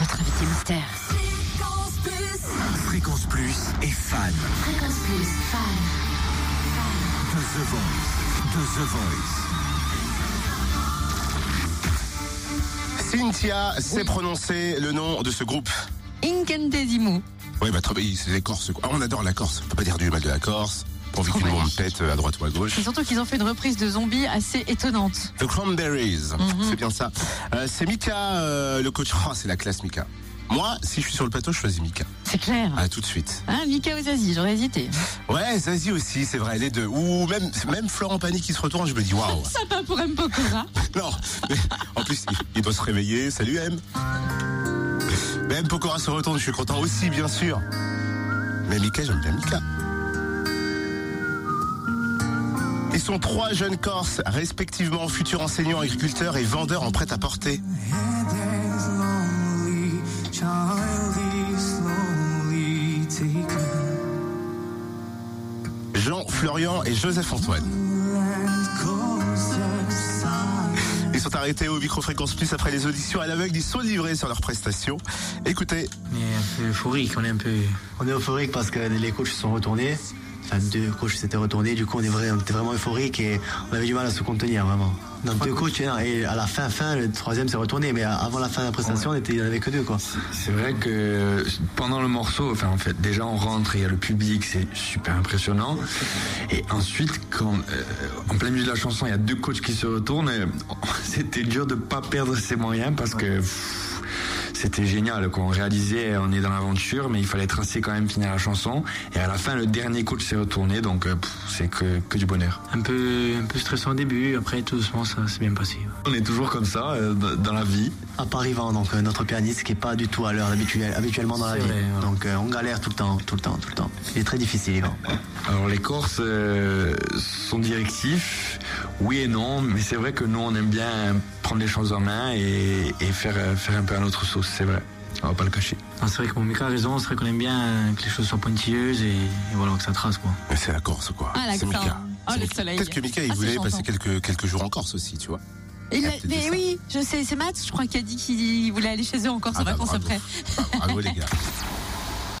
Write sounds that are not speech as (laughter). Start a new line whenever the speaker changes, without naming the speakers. Votre invité mystère.
Fréquence Plus est fan
Fréquence Plus, fan.
de The Voice. De The Voice. Cynthia sait prononcer le nom de ce groupe.
Incantesimo.
Oui, bah, trop- c'est les Corses. quoi. Ah, on adore la Corse. On peut pas dire du mal de la Corse. Pourvu qu'une bombe pète à droite ou
(laughs)
à gauche.
Et surtout qu'ils ont fait une reprise de Zombie assez étonnante.
The Cranberries, c'est bien ça. Euh, c'est Mika, euh, le coach. Oh, c'est la classe, Mika. Moi, si je suis sur le plateau, je choisis Mika.
C'est clair.
Ah, tout de suite.
Hein, Mika Ozazi, j'aurais hésité.
Ouais, Zazie aussi, c'est vrai, les deux. Ou même, même Florent Pagny qui se retourne, je me dis waouh.
Sympa (laughs) pour M. Pokora.
Non, (laughs) mais en plus, il- il doit se réveiller. Salut M. Même Pokora se retourne, je suis content aussi, bien sûr. Mais Mika, j'aime bien Mika. Ils sont trois jeunes Corses, respectivement futurs enseignants, agriculteurs et vendeurs en prêt-à-porter.
There's lonely, childly, slowly taken.
Jean, Florian et Joseph Antoine.
Land closer, sun.
Ils sont arrêtés au microfréquence plus après les auditions à l'aveugle. Ils sont livrés sur leurs prestations. Écoutez,
On est un peu euphorique, on est un peu.
On est euphorique parce que les coachs se sont retournés. Enfin, deux coachs s'étaient retournés. Du coup, on, est vrai- on était vraiment euphorique et on avait du mal à se contenir, vraiment. Non, deux coachs, hein, et à la fin, fin, le troisième s'est retourné. Mais avant la fin de la prestation, on était- il n'y en avait que deux, quoi.
C'est vrai que pendant le morceau, enfin en fait, déjà on rentre, il y a le public, c'est super impressionnant. Et ensuite, quand euh, en plein milieu de la chanson, il y a deux coachs qui se retournent, et, (laughs) c'était dur de pas perdre ses moyens parce que pff, c'était génial. Quoi. On réalisait, on est dans l'aventure, mais il fallait tracer quand même finir la chanson. Et à la fin, le dernier coach s'est retourné, donc euh, pff, c'est que, que du bonheur.
Un peu, un peu stressant au début, après tout doucement ça s'est bien passé.
On est toujours comme ça euh, dans- dans la vie.
À part Yvan, donc euh, notre pianiste qui n'est pas du tout à l'heure habituel- habituellement dans la
C'est
vie.
vrai, ouais.
Donc euh, on galère tout le temps, tout le temps, tout le temps. Il est très difficile, Yvan.
Alors les Corses euh, sont directifs, oui et non, mais c'est vrai que nous on aime bien prendre les choses en main et, et faire, euh, faire un peu à notre sauce, c'est vrai. On va pas le cacher.
Non, C'est vrai que mon mec a raison, c'est vrai qu'on aime bien que les choses soient pointilleuses et, et voilà, que ça trace quoi.
mais c'est la Corse quoi.
Ah, la
c'est
Corse.
Mika.
Oh,
C'est
le
Mika.
soleil.
Peut-être que Mika il
Ah, c'est
voulait
chantant.
passer quelques, quelques jours en Corse aussi, tu vois.
Il
Ah,
a-
peut-être
mais
ça.
oui, je sais, c'est Matt, je crois, qui a dit qu'il voulait aller chez eux encore en
Ah, bah,
vacances
bravo.
après.
Ah, bravo les gars.